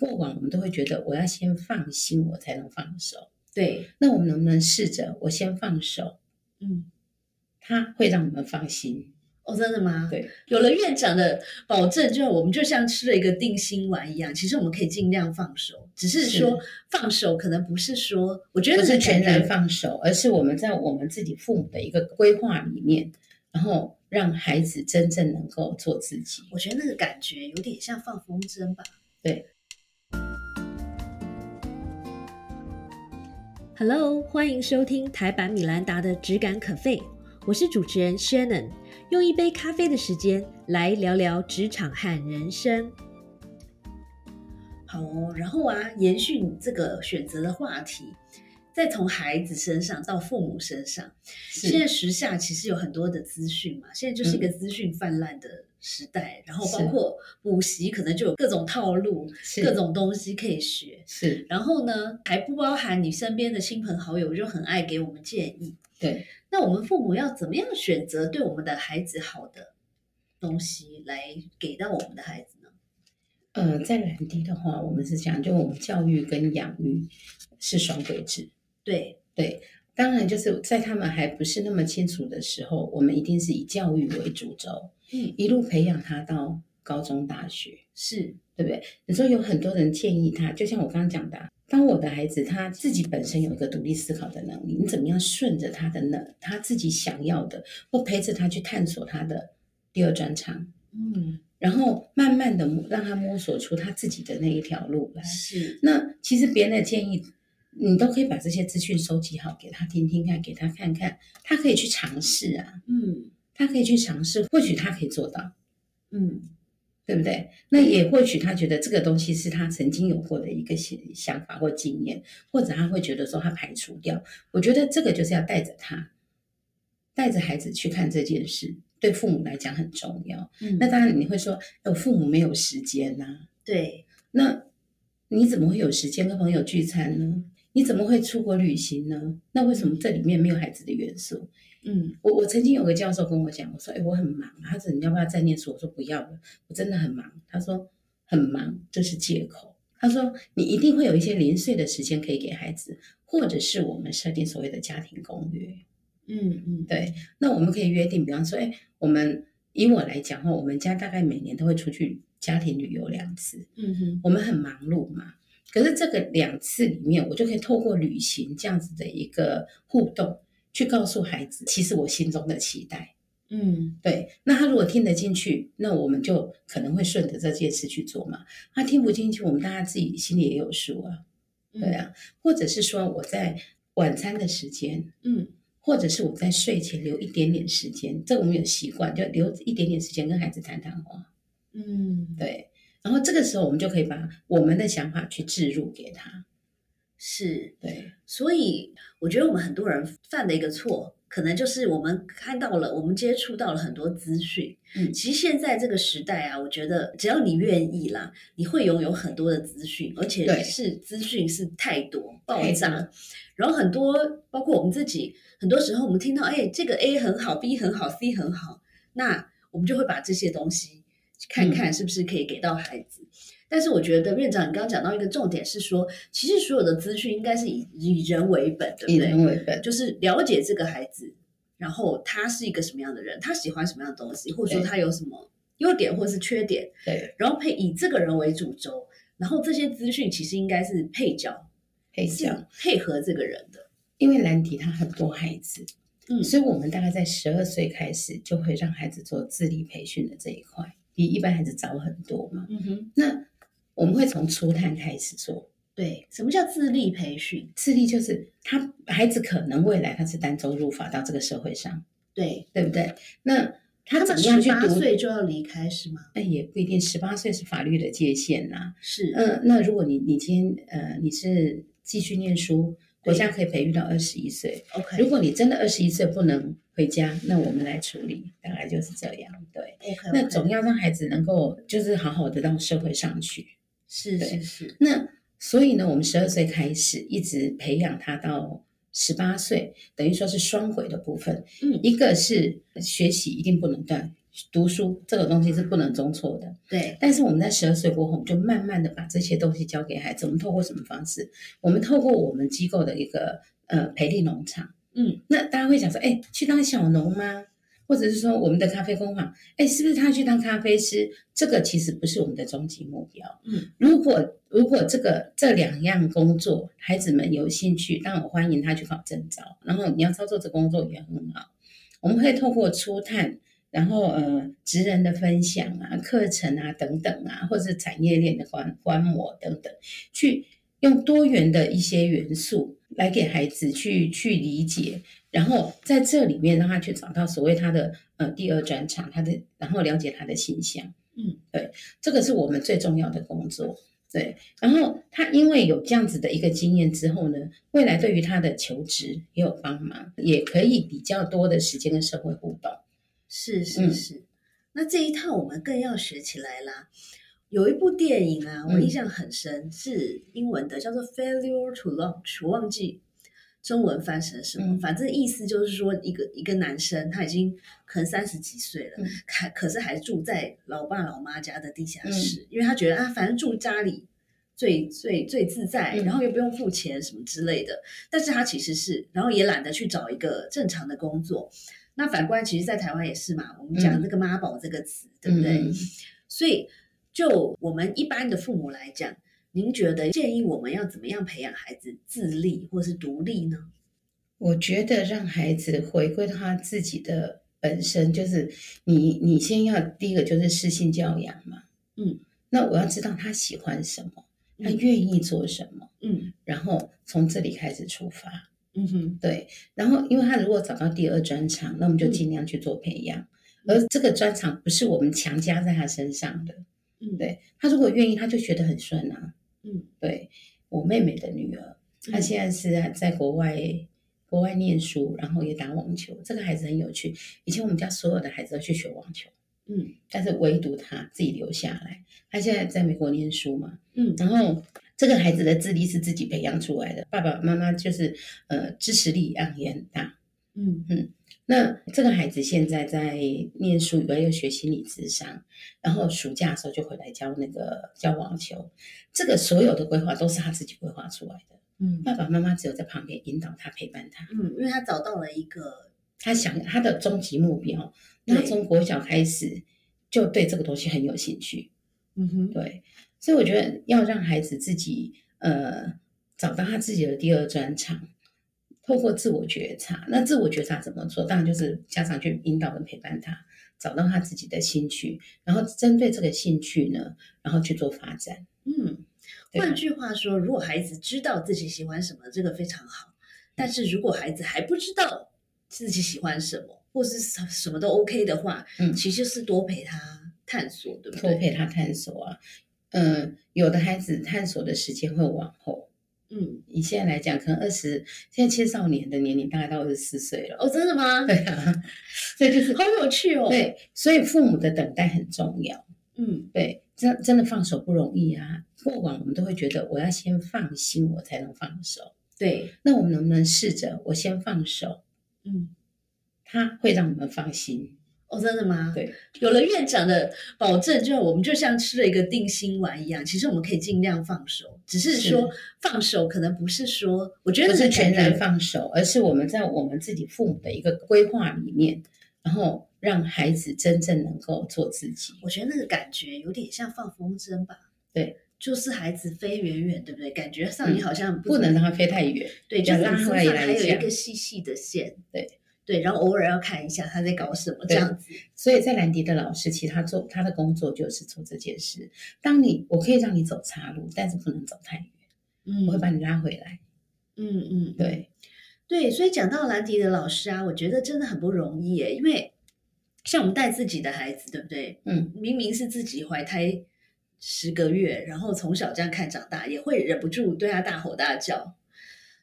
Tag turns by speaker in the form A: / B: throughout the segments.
A: 过往我们都会觉得我要先放心，我才能放手。
B: 对，
A: 那我们能不能试着我先放手，
B: 嗯，
A: 它会让我们放心？
B: 哦，真的吗？
A: 对，
B: 有了院长的保证，就我们就像吃了一个定心丸一样，其实我们可以尽量放手，只是
A: 是
B: 说放手可能不是说，我觉得
A: 不
B: 那
A: 是
B: 个
A: 全
B: 感
A: 然
B: 觉
A: 放手，而是我们在我们自己父母的一个规划里面，然后让孩子真正能够做自己。
B: 我觉得那个感觉有点像放风筝吧。
A: 对。
B: Hello，欢迎收听台版米兰达的《只感可废》，我是主持人 Shannon，用一杯咖啡的时间来聊聊职场和人生。好哦，然后啊，延续你这个选择的话题，再从孩子身上到父母身上，
A: 是嗯
B: 现在时下其实有很多的资讯嘛，现在就是一个资讯泛滥的时代，然后包
A: 是
B: 括补习可能就有各种套路、
A: 是
B: 各种东西可以学。
A: 是
B: 然后呢，还不包含你身边的亲朋好友，就很爱给我们建议。
A: 对，
B: 那我们父母要怎么样选择对我们的孩子好的东西来给到我们的孩子呢？
A: 呃，在兰迪的话，我们是讲，就我们教育跟养育是双轨制。
B: 对，
A: 对，当然就是在他们还不是那么清楚的时候，我们一定是以教育为主轴，
B: 嗯，
A: 一路培养他到高中、大学，
B: 是，
A: 对不对？你说有很多人建议他，就像我刚刚讲的啊，当我的孩子他自己本身有一个独立思考的能力，你怎么样顺着他的能，他自己想要的，或陪着他去探索他的第二专长，
B: 嗯，
A: 然后慢慢的让他摸索出他自己的那一条路来。
B: 呃是，
A: 那其实别人的建议，你都可以把这些资讯收集好，给他听听看，给他看看，他可以去尝试啊，
B: 嗯
A: 他可以去尝试，或许他可以做到，
B: 嗯，
A: 对不对？那也或许他觉得这个东西是他曾经有过的一个想想法或经验，或者他会觉得说他排除掉。我觉得这个就是要带着他，带着孩子去看这件事，对父母来讲很重要。
B: 嗯
A: 那当然你会说，哎我父母没有时间呐、
B: 对，
A: 那你怎么会有时间跟朋友聚餐呢？你怎么会出国旅行呢？那为什么这里面没有孩子的元素？
B: 嗯
A: 我我曾经有个教授跟我讲，我说：“哎、我很忙。”他说：“你要不要再念书？”我说：“不要了，我真的很忙。”他说：“很忙，这是借口。”他说：“你一定会有一些零碎的时间可以给孩子，或者是我们设定所谓的家庭公约。”
B: 嗯嗯，
A: 对，那我们可以约定，比方说，哎，我们以我来讲的话，我们家大概每年都会出去家庭旅游两次。
B: 嗯哼，
A: 我们很忙碌嘛。可是这个两次里面，我就可以透过旅行这样子的一个互动，去告诉孩子，其实我心中的期待。
B: 嗯
A: 对，那他如果听得进去，那我们就可能会顺着这件事去做嘛。他听不进去，我们大家自己心里也有数啊，
B: 嗯
A: 对，啊。或者是说我在晚餐的时间，
B: 嗯
A: 或者是我在睡前留一点点时间，这我们有习惯，就留一点点时间跟孩子谈谈话。
B: 嗯，
A: 对，然后这个时候我们就可以把我们的想法去置入给他。
B: 是。
A: 对，
B: 所以我觉得我们很多人犯的一个错，可能就是我们看到了，我们接触到了很多资讯。
A: 嗯
B: 其实现在这个时代啊，我觉得只要你愿意啦，你会拥有很多的资讯，而且
A: 对
B: 是资讯是太多爆
A: 太
B: 炸
A: 多，
B: 然后很多包括我们自己，很多时候我们听到，哎，这个 A 很好，B 很好，C 很好，那我们就会把这些东西看看是不是可以给到孩子。但是我觉得院长，你刚刚讲到一个重点是说，其实所有的资讯应该是以以人为本，对
A: 以
B: 不对？
A: 人为本，
B: 就是了解这个孩子，然后他是一个什么样的人，他喜欢什么样的东西，或者说
A: 对
B: 他有什么优点或是缺点，
A: 对，
B: 然后配以这个人为主轴，然后这些资讯其实应该是配角，
A: 配
B: 是
A: 角。
B: 配合这个人的。
A: 因为兰迪他很多孩子，
B: 嗯
A: 所以我们大概在十二岁开始就会让孩子做自理培训的这一块，比一般孩子早很多嘛。
B: 嗯哼，
A: 那我们会从初探开始做，
B: 对，什么叫自立培训？
A: 智力就是他孩子可能未来他是单周入法到这个社会上，
B: 对，
A: 对不对？那他
B: 他
A: 怎
B: 们
A: 么
B: 十
A: 样去
B: 八
A: 读？
B: 岁就要离开是吗？
A: 那也不一定，十八岁是法律的界限呐、
B: 是，
A: 嗯，那如果你你今天呃你是继续念书，国
B: 对
A: 家可以培育到二十一岁。
B: ，OK，
A: 啊如果你真的二十一岁不能回家，那我们来处理，大概就是这样。对，
B: OK，
A: 那总要让孩子能够就是好好的到社会上去。
B: 是
A: 对
B: 是是，
A: 那所以呢，我们十二岁开始一直培养他到十八岁，等于说是双轨的部分。
B: 嗯
A: 一个是学习一定不能断，读书这个东西是不能中错的。
B: 对，
A: 但是我们在十二岁过后，我们就慢慢的把这些东西教给孩子。我们透过什么方式？我们透过我们机构的一个呃培力农场，
B: 嗯，
A: 那大家会想说，哎，去当小农吗？或者是说我们的咖啡工坊，哎，是不是他去当咖啡师？这个其实不是我们的终极目标。
B: 嗯，
A: 如果如果这个这两样工作孩子们有兴趣，当然我欢迎他去考证照。然后你要操作这工作也很好，我们会透过初探，然后呃职人的分享啊、课程啊等等啊，或者是产业链的观观摩等等，去用多元的一些元素来给孩子去去理解，然后在这里面让他去找到所谓他的呃第二专长，他的然后了解他的形象。
B: 嗯，
A: 对，这个是我们最重要的工作。对，然后他因为有这样子的一个经验之后呢，未来对于他的求职也有帮忙，也可以比较多的时间跟社会互动。
B: 是是
A: 嗯
B: 是。那这一套我们更要学起来啦。有一部电影啊，我
A: 嗯
B: 印象很深，是英文的，叫做《Failure to Launch》，我忘记中文翻成什么，
A: 嗯
B: 反正意思就是说，一个一个男生他已经可能三十几岁了
A: 嗯，
B: 还、可是还住在老爸老妈家的地下室，因为他觉得啊，反正住家里最最最自在，
A: 嗯
B: 然后又不用付钱什么之类的。但是他其实是，然后也懒得去找一个正常的工作。那反观，其实，在台湾也是嘛，我们讲
A: 嗯
B: 这个“妈宝”这个词，对不对？
A: 嗯
B: 所以，就我们一般的父母来讲，您觉得建议我们要怎么样培养孩子自立或是独立呢？
A: 我觉得让孩子回归到他自己的本身，就是你，你先要第一个就是适性教养嘛，
B: 嗯，
A: 那我要知道他喜欢什么，他
B: 嗯
A: 愿意做什么，
B: 嗯
A: 然后从这里开始出发，
B: 嗯哼，
A: 对，然后因为他如果找到第二专长，那我们就
B: 嗯
A: 尽量去做培养，而这个专长不是我们强加在他身上的，
B: 嗯，
A: 对他如果愿意，他就学得很顺啊，
B: 嗯，
A: 对我妹妹的女儿，她
B: 嗯
A: 现在是在在国外国外念书，然后也打网球。这个孩子很有趣，以前我们家所有的孩子都去学网球，
B: 嗯
A: 但是唯独她自己留下来。她现在在美国念书嘛，
B: 嗯
A: 然后这个孩子的智力是自己培养出来的，爸爸妈妈就是呃支持力量也很大。
B: 嗯
A: 那这个孩子现在在念书以外又学心理智商，然后暑假的时候就回来教那个教网球，这个所有的规划都是他自己规划出来的，
B: 嗯
A: 爸爸妈妈只有在旁边引导他、陪伴他。
B: 嗯，因为他找到了一个，
A: 他想他的终极目标，那他
B: 对
A: 从国小开始就对这个东西很有兴趣，
B: 嗯哼，
A: 对，所以我觉得要让孩子自己呃找到他自己的第二专长，透过自我觉察。那自我觉察怎么做？当然就是家长去引导跟陪伴他，找到他自己的兴趣，然后针对这个兴趣呢，然后去做发展。
B: 嗯。
A: 对啊
B: 换句话说，如果孩子知道自己喜欢什么，这个非常好。但是如果孩子还不知道自己喜欢什么，或是什什么都 OK 的话，
A: 嗯
B: 其实就是多陪他探索，对不
A: 多
B: 对？
A: 陪他探索啊，嗯、有的孩子探索的时间会往后。
B: 嗯，
A: 以现在来讲，可能二十，现在青少年的年龄大概到二十四岁了。
B: 哦，真的吗？
A: 对啊，所以就是
B: 好有趣哦。，
A: 对，所以父母的等待很重要。
B: 嗯
A: 对，真真的放手不容易啊。过往我们都会觉得我要先放心，我才能放手。
B: 对，
A: 那我们能不能试着我先放手？
B: 嗯，
A: 他会让我们放心。
B: 哦，真的吗？，
A: 对，
B: 有了院长的保证，就我们就像吃了一个定心丸一样，其实我们可以尽量放手，只是
A: 是
B: 说放手可能不是说，我觉得
A: 不是
B: 感
A: 全然
B: 觉
A: 放手，而是我们在我们自己父母的一个规划里面，然后让孩子真正能够做自己。
B: 我觉得那个感觉有点像放风筝吧？
A: 对，
B: 就是孩子飞远远，对不对？感觉上你
A: 嗯
B: 好像
A: 不能让他飞太远。
B: 对，就
A: 要
B: 是你
A: 拉
B: 身上
A: 回来
B: 还
A: 一
B: 有一
A: 下
B: 个细细的线，
A: 对
B: 对，然后偶尔要看一下他在搞什么这
A: 对
B: 样子。
A: 所以在兰迪的老师，其实他做他的工作就是做这件事。当你我可以让你走岔路，但是不能走太远，
B: 嗯
A: 我会把你拉回来。
B: 嗯嗯，
A: 对，
B: 对，所以讲到兰迪的老师啊，我觉得真的很不容易耶，因为像我们带自己的孩子，对不对？
A: 嗯，
B: 明明是自己怀胎十个月，然后从小这样看长大，也会忍不住对他大吼大叫。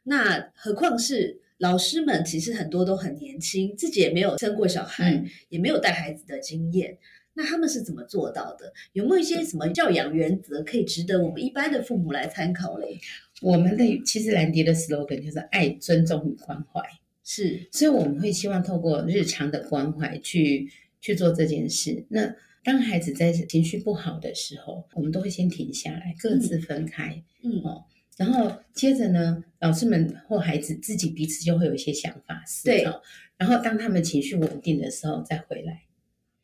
B: 那何况是老师们，其实很多都很年轻，自己也没有生过小孩，
A: 嗯
B: 也没有带孩子的经验。那他们是怎么做到的？有没有一些什么教养原则可以值得我们一般的父母来参考嘞？
A: 我们的其实兰迪的 slogan 就是爱、尊重与关怀，
B: 是，
A: 所以我们会希望透过日常的关怀去去做这件事。那当孩子在情绪不好的时候，我们都会先停下来，各自分开。
B: 嗯
A: 哦然后接着呢，老师们或孩子自己彼此就会有一些想法思
B: 对
A: 考，然后当他们情绪稳定的时候再回来，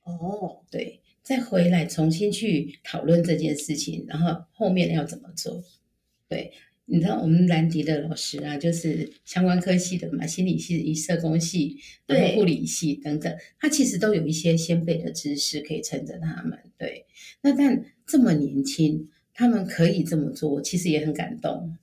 B: 哦，
A: 对，再回来重新去讨论这件事情，然后后面要怎么做？对，你知道我们兰迪的老师啊，就是相关科系的嘛，心理系、社工系、然后
B: 对
A: 护理系等等，他其实都有一些先辈的知识可以撑着他们。对，那但这么年轻，他们可以这么做，我其实也很感动。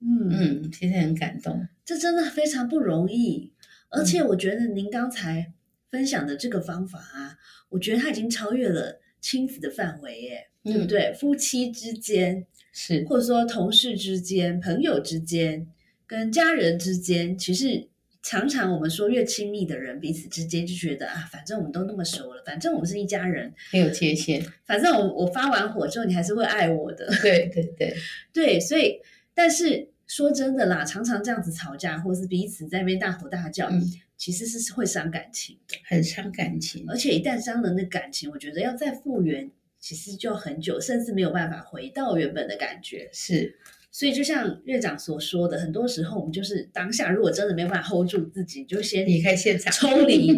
B: 嗯，
A: 嗯，其实很感动。
B: 这真的非常不容易，而且我觉得您刚才分享的这个方法啊，我觉得它已经超越了亲子的范围耶，对不
A: 嗯
B: 对？夫妻之间，
A: 是，
B: 或者说同事之间、朋友之间、跟家人之间，其实常常我们说越亲密的人，彼此之间就觉得啊，反正我们都那么熟了，反正我们是一家人，
A: 很有界限。
B: 反正我我发完火之后，你还是会爱我的，
A: 对对对，
B: 对，所以但是说真的啦，常常这样子吵架，或是彼此在那边大吼大叫，
A: 嗯
B: 其实是会伤感情的，
A: 很伤感情。
B: 而且一旦伤了那感情，我觉得要再复原。其实就很久，甚至没有办法回到原本的感觉。
A: 是，
B: 所以就像院长所说的，很多时候我们就是当下，如果真的没有办法 hold 住自己，就先
A: 离开现 场
B: 抽离，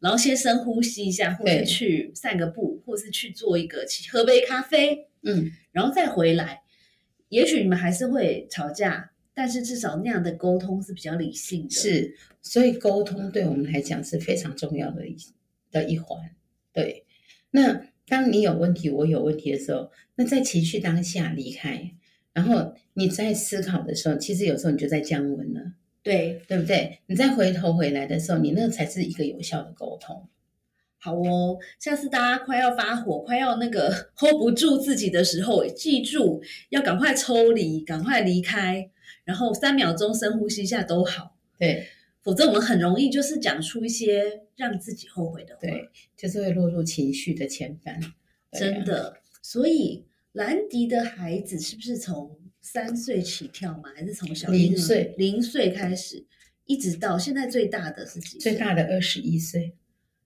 B: 然后先深呼吸一下，或
A: 对
B: 是去散个步，或是去做一个去喝杯咖啡，
A: 嗯，
B: 然后再回来。也许你们还是会吵架，但是至少那样的沟通是比较理性的。，
A: 是。所以沟通对我们来讲是非常重要的一的一环。对，那当你有问题，我有问题的时候，那在情绪当下离开，然后你在思考的时候，其实有时候你就在降温了，
B: 对，
A: 对不对？你再回头回来的时候，你那才是一个有效的沟通。
B: 好哦。下次大家快要发火、快要那个 hold 不住自己的时候，记住要赶快抽离，赶快离开，然后三秒钟深呼吸一下都好。
A: 对
B: 否则我们很容易就是讲出一些让自己后悔的话，
A: 对，就是会落入情绪的牵绊。对啊
B: 真的。所以兰迪的孩子是不是从三岁起跳吗？还是从小
A: 零
B: 婴儿
A: 岁
B: 零岁开始，一直到现在最大的是几岁？
A: 最大的二十一岁，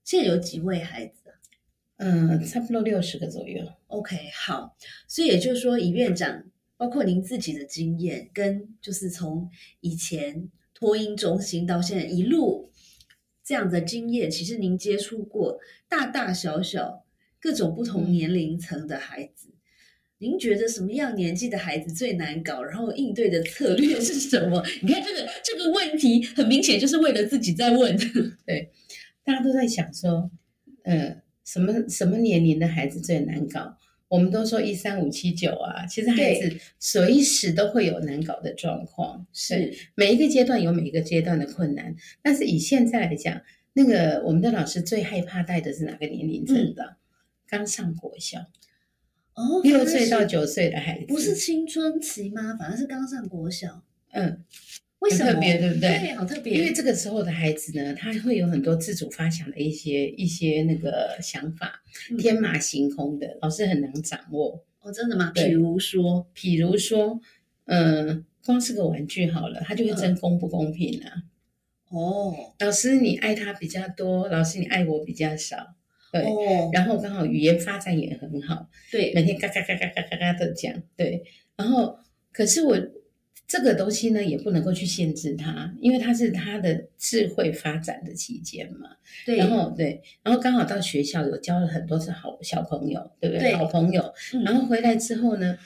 B: 现在有几位孩子啊
A: 嗯，差不多六十个左右。
B: ？OK，好。所以也就是说，以院长包括您自己的经验，跟就是从以前托婴中心到现在一路这样的经验，其实您接触过大大小小各种不同
A: 嗯
B: 年龄层的孩子，您觉得什么样年纪的孩子最难搞？然后应对的策略是什么？ 你看这个这个问题，很明显就是为了自己在问。
A: 大家都在想说，呃，什么什么年龄的孩子最难搞？我们都说一三五七九啊，其实孩
B: 对
A: 子随时都会有难搞的状况，对每一个阶段有每一个阶段的困难。但是以现在来讲，那个我们的老师最害怕带的是哪个年龄层
B: 嗯
A: 的？刚上国小，
B: 哦，
A: 六岁到
B: 反而是
A: 九岁的孩子，
B: 不是青春期吗？反而是刚上国小，
A: 嗯，
B: 为什么？
A: 特别对不对
B: 对，哎好特别，
A: 因为这个时候的孩子呢，他会有很多自主发想的一些一些那个想法，
B: 嗯
A: 天马行空的，老师很难掌握。
B: 哦，真的吗？
A: 对
B: 比如说，
A: 比如说，嗯、光是个玩具好了，他就会争公不公平啊。
B: 哦，
A: 老师你爱他比较多，老师你爱我比较少。对
B: 哦，
A: 然后刚好语言发展也很好，
B: 对，
A: 每天嘎嘎嘎嘎嘎嘎嘎的讲，对。然后，可是我这个东西呢，也不能够去限制他，因为他是他的智慧发展的期间嘛。
B: 对，
A: 然后对，然后刚好到学校有交了很多是好小朋友，对不对？
B: 对
A: 好朋友，
B: 嗯
A: 然后回来之后呢，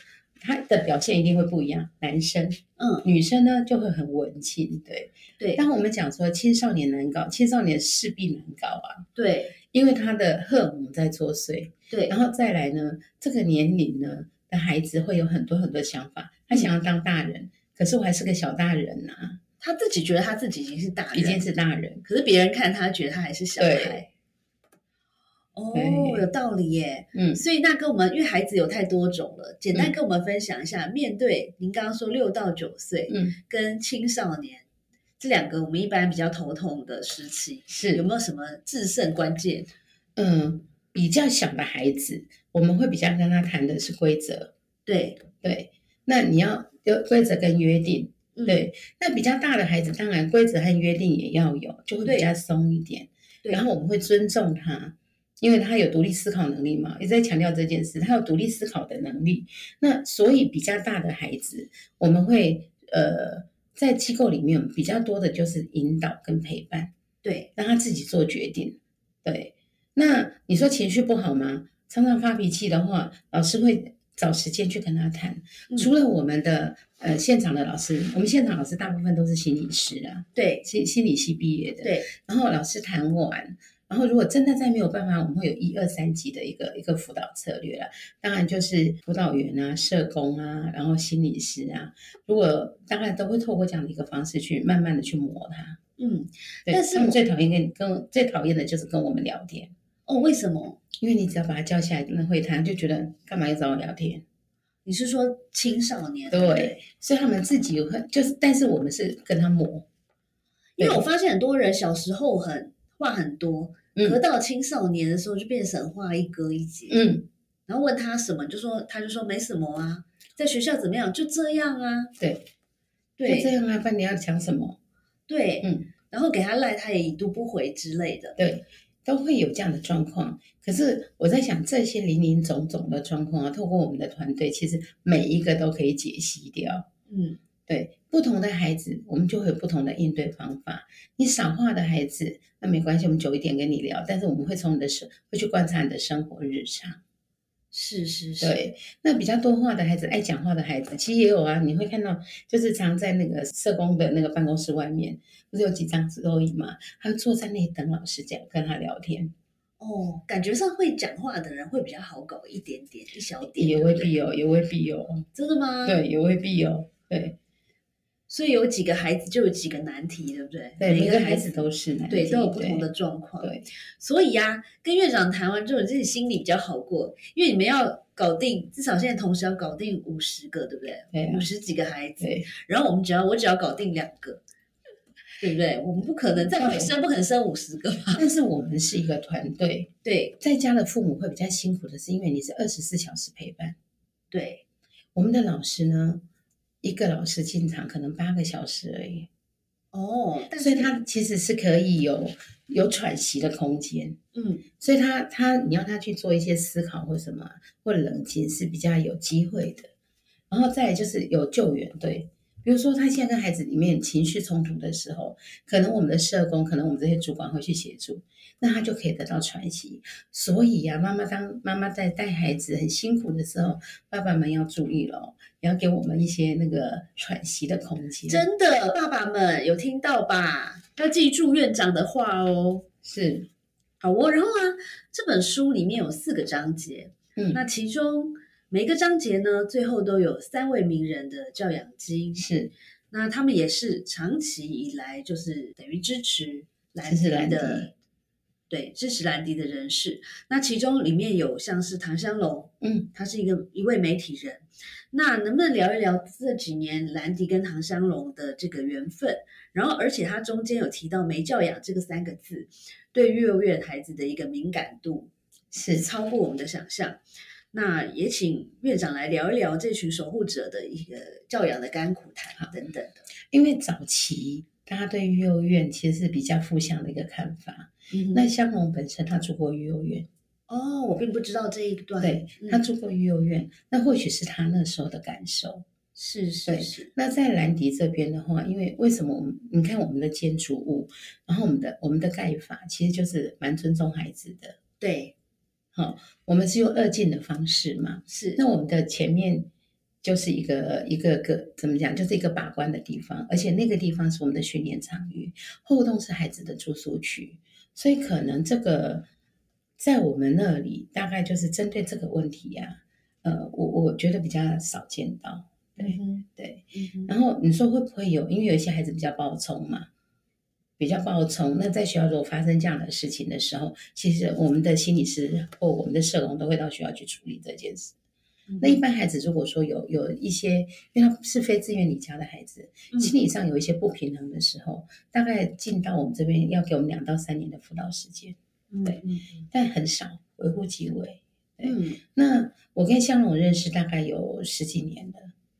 A: 他的表现一定会不一样。男生、
B: 嗯，
A: 女生呢就会很文青，对。
B: 对，
A: 当我们讲说青少年难搞，青少年势必难搞啊，
B: 对，
A: 因为他的荷尔蒙在作祟。
B: 对，
A: 然后再来呢，这个年龄呢的孩子会有很多很多想法，他想要当大人，可是我还是个小大人呐、
B: 他自己觉得他自己已经是大人，
A: 已经是大人。
B: 可是别人看他觉得他还是小孩
A: 对。
B: 哦，
A: 对
B: 有道理耶。
A: 嗯，
B: 所以那跟我们，因为孩子有太多种了，简单跟我们分享一下，面对您刚刚说六到九岁
A: 嗯，
B: 跟青少年这两个，我们一般比较头痛的时期，
A: 是
B: 有没有什么制胜关键？
A: 嗯，比较小的孩子，我们会比较跟他谈的是规则，
B: 对，
A: 对。那你要有规则跟约定，
B: 嗯，
A: 对。那比较大的孩子，当然规则和约定也要有，就会
B: 对
A: 比较松一点。
B: 对
A: 然后我们会尊重他，因为他有独立思考能力嘛，也在强调这件事，他有独立思考的能力。那所以比较大的孩子，我们会呃在机构里面比较多的就是引导跟陪伴，
B: 对，
A: 让他自己做决定。对，那你说情绪不好吗？常常发脾气的话，老师会找时间去跟他谈。
B: 嗯
A: 除了我们的呃现场的老师，我们现场老师大部分都是心理师啊，
B: 对，
A: 心心理系毕业的。
B: 对，
A: 然后老师谈完，然后如果真的再没有办法，我们会有一二三级的一个一个辅导策略了。当然就是辅导员啊、社工啊，然后心理师啊，如果当然都会透过这样的一个方式去慢慢的去磨他。
B: 嗯，
A: 对
B: 但是
A: 他们
B: 我
A: 最讨厌跟跟最讨厌的就是跟我们聊天，
B: 哦，为什么？
A: 因为你只要把他叫下来跟他会谈，就觉得干嘛要找我聊天？
B: 你是说青少年？
A: 对
B: 不，
A: 所以他们自己会就是，但是我们是跟他磨，
B: 因为
A: 对
B: 我发现很多人小时候很话很多，
A: 嗯
B: 可到青少年的时候就变成话一哥一姐，
A: 嗯，
B: 然后问他什么，你就说他就说没什么啊，在学校怎么样，就这样啊，
A: 对，就这
B: 对
A: 样啊，不然你要讲什么？
B: 对，
A: 嗯。
B: 然后给他赖，他也已读不回之类的，
A: 对，都会有这样的状况。可是我在想，这些林林总总的状况啊，透过我们的团队，其实每一个都可以解析掉。
B: 嗯，
A: 对，不同的孩子，我们就会有不同的应对方法。你少话的孩子，那没关系，我们久一点跟你聊，但是我们会从你的生，会去观察你的生活日常。
B: 是是是，
A: 对，那比较多话的孩子，爱讲话的孩子，其实也有啊。你会看到，就是常在那个社工的那个办公室外面，不是有几张桌椅嘛？他就坐在那里等老师讲，跟他聊天。
B: 哦，感觉上会讲话的人会比较好搞一点点，一小点，
A: 也
B: 对不
A: 未
B: 对
A: 必哦，也未必哦，
B: 真的吗？，
A: 对，也未必哦，对
B: 所以有几个孩子就有几个难题，对不对？
A: 对，每个孩子都是难
B: 对
A: 题
B: 都有不同的状况，
A: 对
B: 所以呀、跟院长谈完之后，你自己心里比较好过，因为你们要搞定，至少现在同时要搞定五十个，对不对？
A: 对啊
B: 五十几个孩子，
A: 对
B: 然后我们只要我只要搞定两个，对不对？我们不可能再
A: 嗯
B: 往
A: 对
B: 生，不可能生五十个嘛。
A: 但是我们是一个团队，
B: 对
A: 在家的父母会比较辛苦的是，因为你是二十四小时陪伴。
B: 对，
A: 我们的老师呢，一个老师进场可能八个小时而已，
B: 哦，但
A: 所以
B: 是
A: 他其实是可以有有喘息的空间。
B: 嗯，
A: 所以他他你要他去做一些思考或什么啊或冷静是比较有机会的。然后再来就是有救援队，比如说他现在跟孩子里面情绪冲突的时候，可能我们的社工，可能我们这些主管会去协助，那他就可以得到喘息。所以呀、妈妈当妈妈在带孩子很辛苦的时候，爸爸们要注意了，也要给我们一些那个喘息的空间。
B: 真的，爸爸们有听到吧？要记住院长的话哦。
A: 是，
B: 好哦，然后啊，这本书里面有四个章节，
A: 嗯，
B: 那其中每一个章节呢，最后都有三位名人的教养经，
A: 是
B: 那他们也是长期以来就是等于支持兰
A: 支
B: 迪
A: 持兰迪
B: 的，对，支持兰迪的人士。那其中里面有像是唐湘龙，
A: 嗯，
B: 他是一个一位媒体人。那能不能聊一聊这几年兰迪跟唐湘龙的这个缘分？然后，而且他中间有提到“没教养”这个三个字，对幼儿园孩子的一个敏感度
A: 是
B: 超过我们的想象。那也请院长来聊一聊这群守护者的一个教养的甘苦谈等等。
A: 因为早期大家对幼儿园其实是比较负向的一个看法。
B: 嗯
A: 那香龙本身他住过幼儿园，
B: 哦，我并不知道这一段。
A: 对
B: 嗯
A: 他住过幼儿园，那或许是他那时候的感受。
B: 是
A: 对
B: 是是，
A: 那在兰迪这边的话，因为为什么我们你看我们的建筑物，然后我们的我们的盖法其实就是蛮尊重孩子的，
B: 对
A: 我们是用二进的方式嘛。
B: 是。
A: 那我们的前面就是一个一个个怎么讲，就是一个把关的地方，而且那个地方是我们的训练场域，后洞是孩子的住宿区，所以可能这个在我们那里大概就是针对这个问题呀、呃，我我觉得比较少见到，对
B: 嗯
A: 对。
B: 哼，
A: 然后你说会不会有？因为有一些孩子比较暴冲嘛，比较暴冲。那在学校如果发生这样的事情的时候，其实我们的心理师或我们的社工都会到学校去处理这件事。
B: 嗯
A: 那一般孩子如果说有有一些，因为他是非自愿离家的孩子，
B: 嗯
A: 心理上有一些不平衡的时候，大概进到我们这边要给我们两到三年的辅导时间，
B: 嗯
A: 对
B: 嗯
A: 但很少，微乎其微。
B: 嗯
A: 那我跟香龙认识大概有十几年了。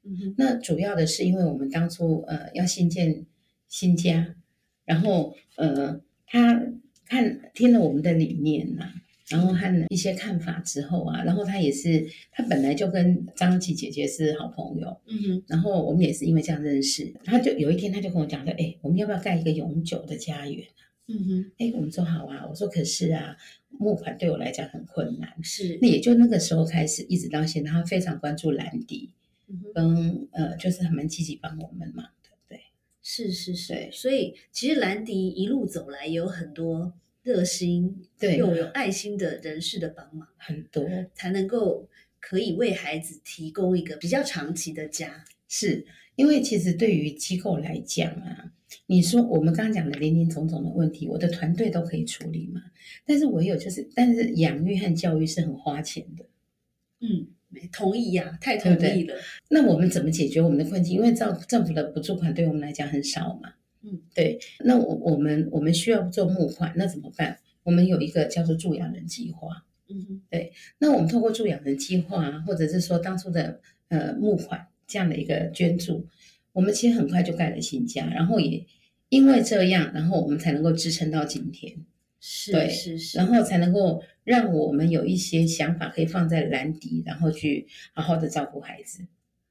B: 嗯哼
A: 那主要的是因为我们当初呃要新建新家，然后呃他看听了我们的理念呐、然后和一些看法之后啊，然后他也是他本来就跟张琪姐姐是好朋友，
B: 嗯哼，
A: 然后我们也是因为这样认识。他就有一天他就跟我讲说，哎，我们要不要盖一个永久的家园？
B: 嗯哼，
A: 哎，我们说好啊。我说可是啊，募款对我来讲很困难。
B: 是
A: 那，也就那个时候开始，一直到现在，他非常关注兰迪，
B: 嗯哼
A: 跟呃，就是还蛮积极帮我们嘛，对不对？
B: 是是是
A: 对，
B: 所以其实兰迪一路走来也有很多热心
A: 对
B: 又有爱心的人士的帮忙，
A: 很多
B: 才能够可以为孩子提供一个比较长期的家。
A: 是因为其实对于机构来讲啊，你说我们刚刚讲的林林总总的问题，我的团队都可以处理嘛。但是我有就是，但是养育和教育是很花钱的。
B: 嗯，没同意呀、太
A: 对
B: 同
A: 不对
B: 意了。
A: 那我们怎么解决我们的困境？因为政政府的补助款对我们来讲很少嘛。
B: 嗯，
A: 对。那我我们我们需要做募款，那怎么办？我们有一个叫做助养人计划。
B: 嗯哼，
A: 那我们透过助养人计划啊，或者是说当初的呃募款这样的一个捐助，我们其实很快就盖了新家，然后也因为这样，然后我们才能够支撑到今天，
B: 是
A: 对
B: 是是，
A: 然后才能够让我们有一些想法可以放在兰迪，然后去好好的照顾孩子。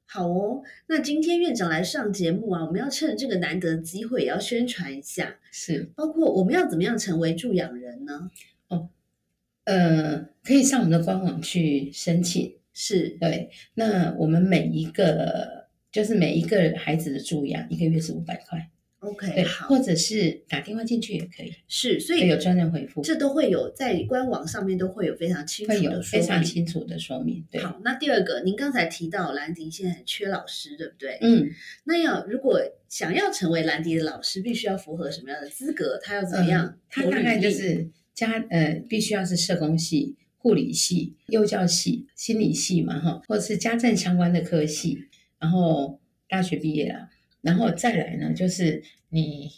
B: 好哦，那今天院长来上节目啊，我们要趁这个难得的机会，也要宣传一下，
A: 是，
B: 包括我们要怎么样成为助养人呢？
A: 呃，可以上我们的官网去申请。
B: 是
A: 对，那我们每一个就是每一个孩子的助养，一个月是五百块，
B: OK，
A: 对，
B: 好，
A: 或者是打电话进去也可以。
B: 是，所
A: 对，
B: 以
A: 有专人回复，
B: 这都会有在官网上面都会有非常清楚
A: 会有
B: 的说
A: 非
B: 明。
A: 常清楚的说明。对，
B: 好，那第二个，您刚才提到兰迪现在很缺老师，对不对？
A: 嗯，
B: 那要如果想要成为兰迪的老师，必须要符合什么样的资格？他要怎么样
A: 嗯？他
B: 有
A: 大
B: 履
A: 概就
B: 历
A: 是家呃，必须要是社工系、护理系、幼教系、心理系嘛哈，或者是家政相关的科系，然后大学毕业啦，然后再来呢，就是你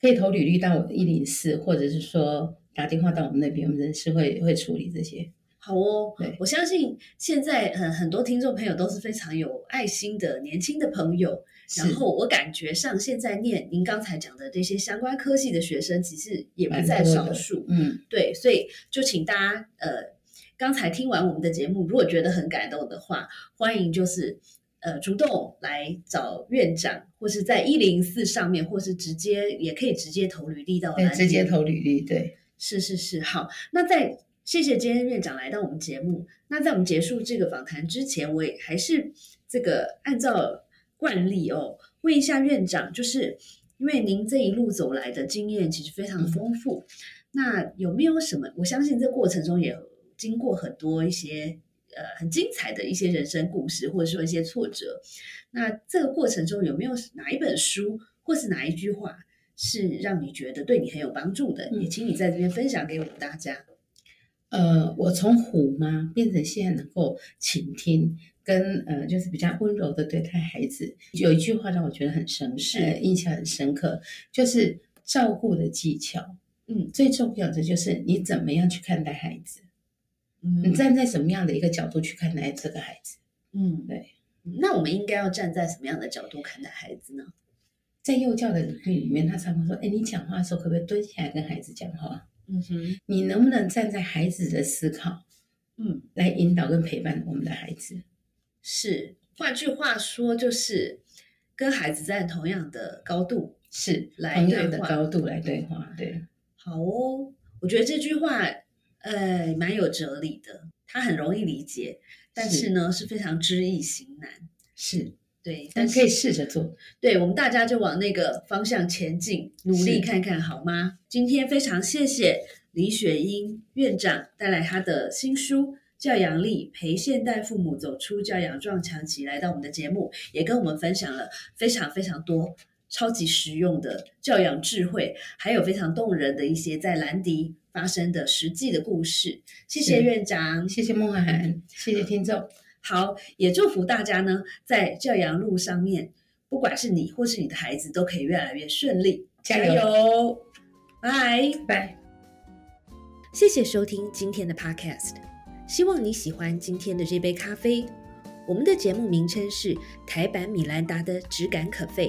A: 可以投履历到我的一零四，或者是说打电话到我们那边，我们人事会会处理这些。
B: 好哦
A: 对，
B: 我相信现在很很多听众朋友都是非常有爱心的年轻的朋友，
A: 是
B: 然后我感觉上现在念您刚才讲的这些相关科系的学生，其实也不
A: 蛮
B: 在
A: 多
B: 少
A: 的
B: 数。
A: 嗯，
B: 对，所以就请大家呃，刚才听完我们的节目，如果觉得很感动的话，欢迎就是呃主动来找院长，或是在一零四上面，或是直接也可以直接投履历到
A: 对，
B: 蓝
A: 直接
B: 天
A: 投履历，对，
B: 是是是，好，那在谢谢今天院长来到我们节目。那在我们结束这个访谈之前，我也还是这个按照惯例哦，问一下院长，就是因为您这一路走来的经验其实非常丰富，那有没有什么？我相信这过程中也经过很多一些。呃，很精彩的一些人生故事，或者说一些挫折，那这个过程中有没有哪一本书，或是哪一句话，是让你觉得对你很有帮助的，
A: 嗯
B: 也请你在这边分享给我们大家。
A: 呃，我从虎妈变成现在能够倾听，跟呃，就是比较温柔的对待孩子。有一句话让我觉得很深，
B: 是
A: 呃印象很深刻，就是照顾的技巧。
B: 嗯
A: 最重要的就是你怎么样去看待孩子，
B: 嗯
A: 你站在什么样的一个角度去看待这个孩子。
B: 嗯
A: 对。
B: 那我们应该要站在什么样的角度看待孩子呢？
A: 在幼教的领域里面，他常常说：“哎，你讲话的时候可不可以蹲下来跟孩子讲话？
B: 嗯哼，
A: 你能不能站在孩子的思考
B: 嗯，
A: 来引导跟陪伴我们的孩子？”
B: 是。换句话说，就是跟孩子在同样的高度。
A: 是
B: 来
A: 同
B: 对
A: 样的
B: 话
A: 高度来对话，对。
B: 好哦，我觉得这句话呃蛮有哲理的，它很容易理解，但
A: 是
B: 是呢是非常知易行难。
A: 是，
B: 对，
A: 但
B: 但
A: 可以试着做。
B: 对，我们大家就往那个方向前进，努力
A: 是
B: 看看好吗？今天非常谢谢李雪英院长带来她的新书《教养力：陪现代父母走出教养撞墙期》，来到我们的节目，也跟我们分享了非常非常多。超级实用的教养智慧，还有非常动人的一些在兰迪发生的实际的故事。谢谢
A: 是
B: 院长，
A: 谢谢梦涵，谢谢听众，
B: 好，也祝福大家呢，在教养路上面，不管是你或是你的孩子，都可以越来越顺利，
A: 加油
B: 油拜。
A: 拜。
B: 谢谢收听今天的 Podcast，希望你喜欢今天的这杯咖啡。我们的节目名称是台版米兰达的《只感可废》，